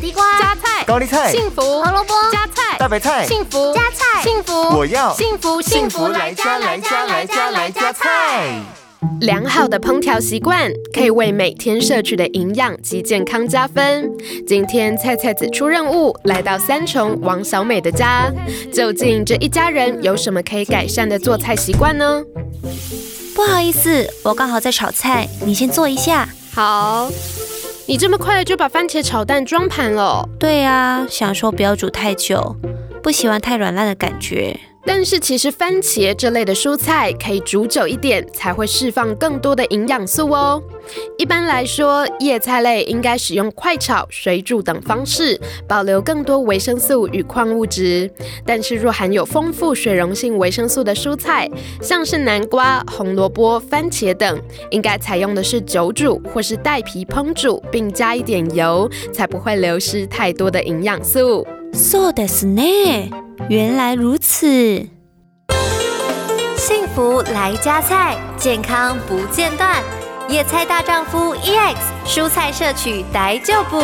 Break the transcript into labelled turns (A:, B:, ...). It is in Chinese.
A: 地瓜、
B: 加菜、
C: 高丽菜、
B: 幸福、
A: 胡萝卜、
B: 加菜、
C: 大白菜、
B: 幸福、
A: 加菜
B: 幸福，
C: 我要
B: 幸福幸福来加来加来加来加菜。！良好的烹调习惯可以为每天摄取的营养及健康加分。今天菜菜子出任务，来到三重王小美的家，究竟这一家人有什么可以改善的做菜习惯呢？
A: 不好意思，我刚好在炒菜，你先坐一下。
B: 好，你这么快就把番茄炒蛋装盘了哦、
A: 对啊，想说不要煮太久，不喜欢太软烂的感觉。
B: 但是其实番茄这类的蔬菜可以煮久一点，才会释放更多的营养素哦。一般来说，叶菜类应该使用快炒、水煮等方式，保留更多维生素与矿物质。但是若含有丰富水溶性维生素的蔬菜，像是南瓜、红萝卜、番茄等，应该采用的是久煮或是带皮烹煮，并加一点油，才不会流失太多的营养素。
A: So t h a s n 原来如此。
D: 幸福来加菜，健康
A: ，E
D: 不间断。野菜大丈夫 EX 蔬菜摄取逮就补。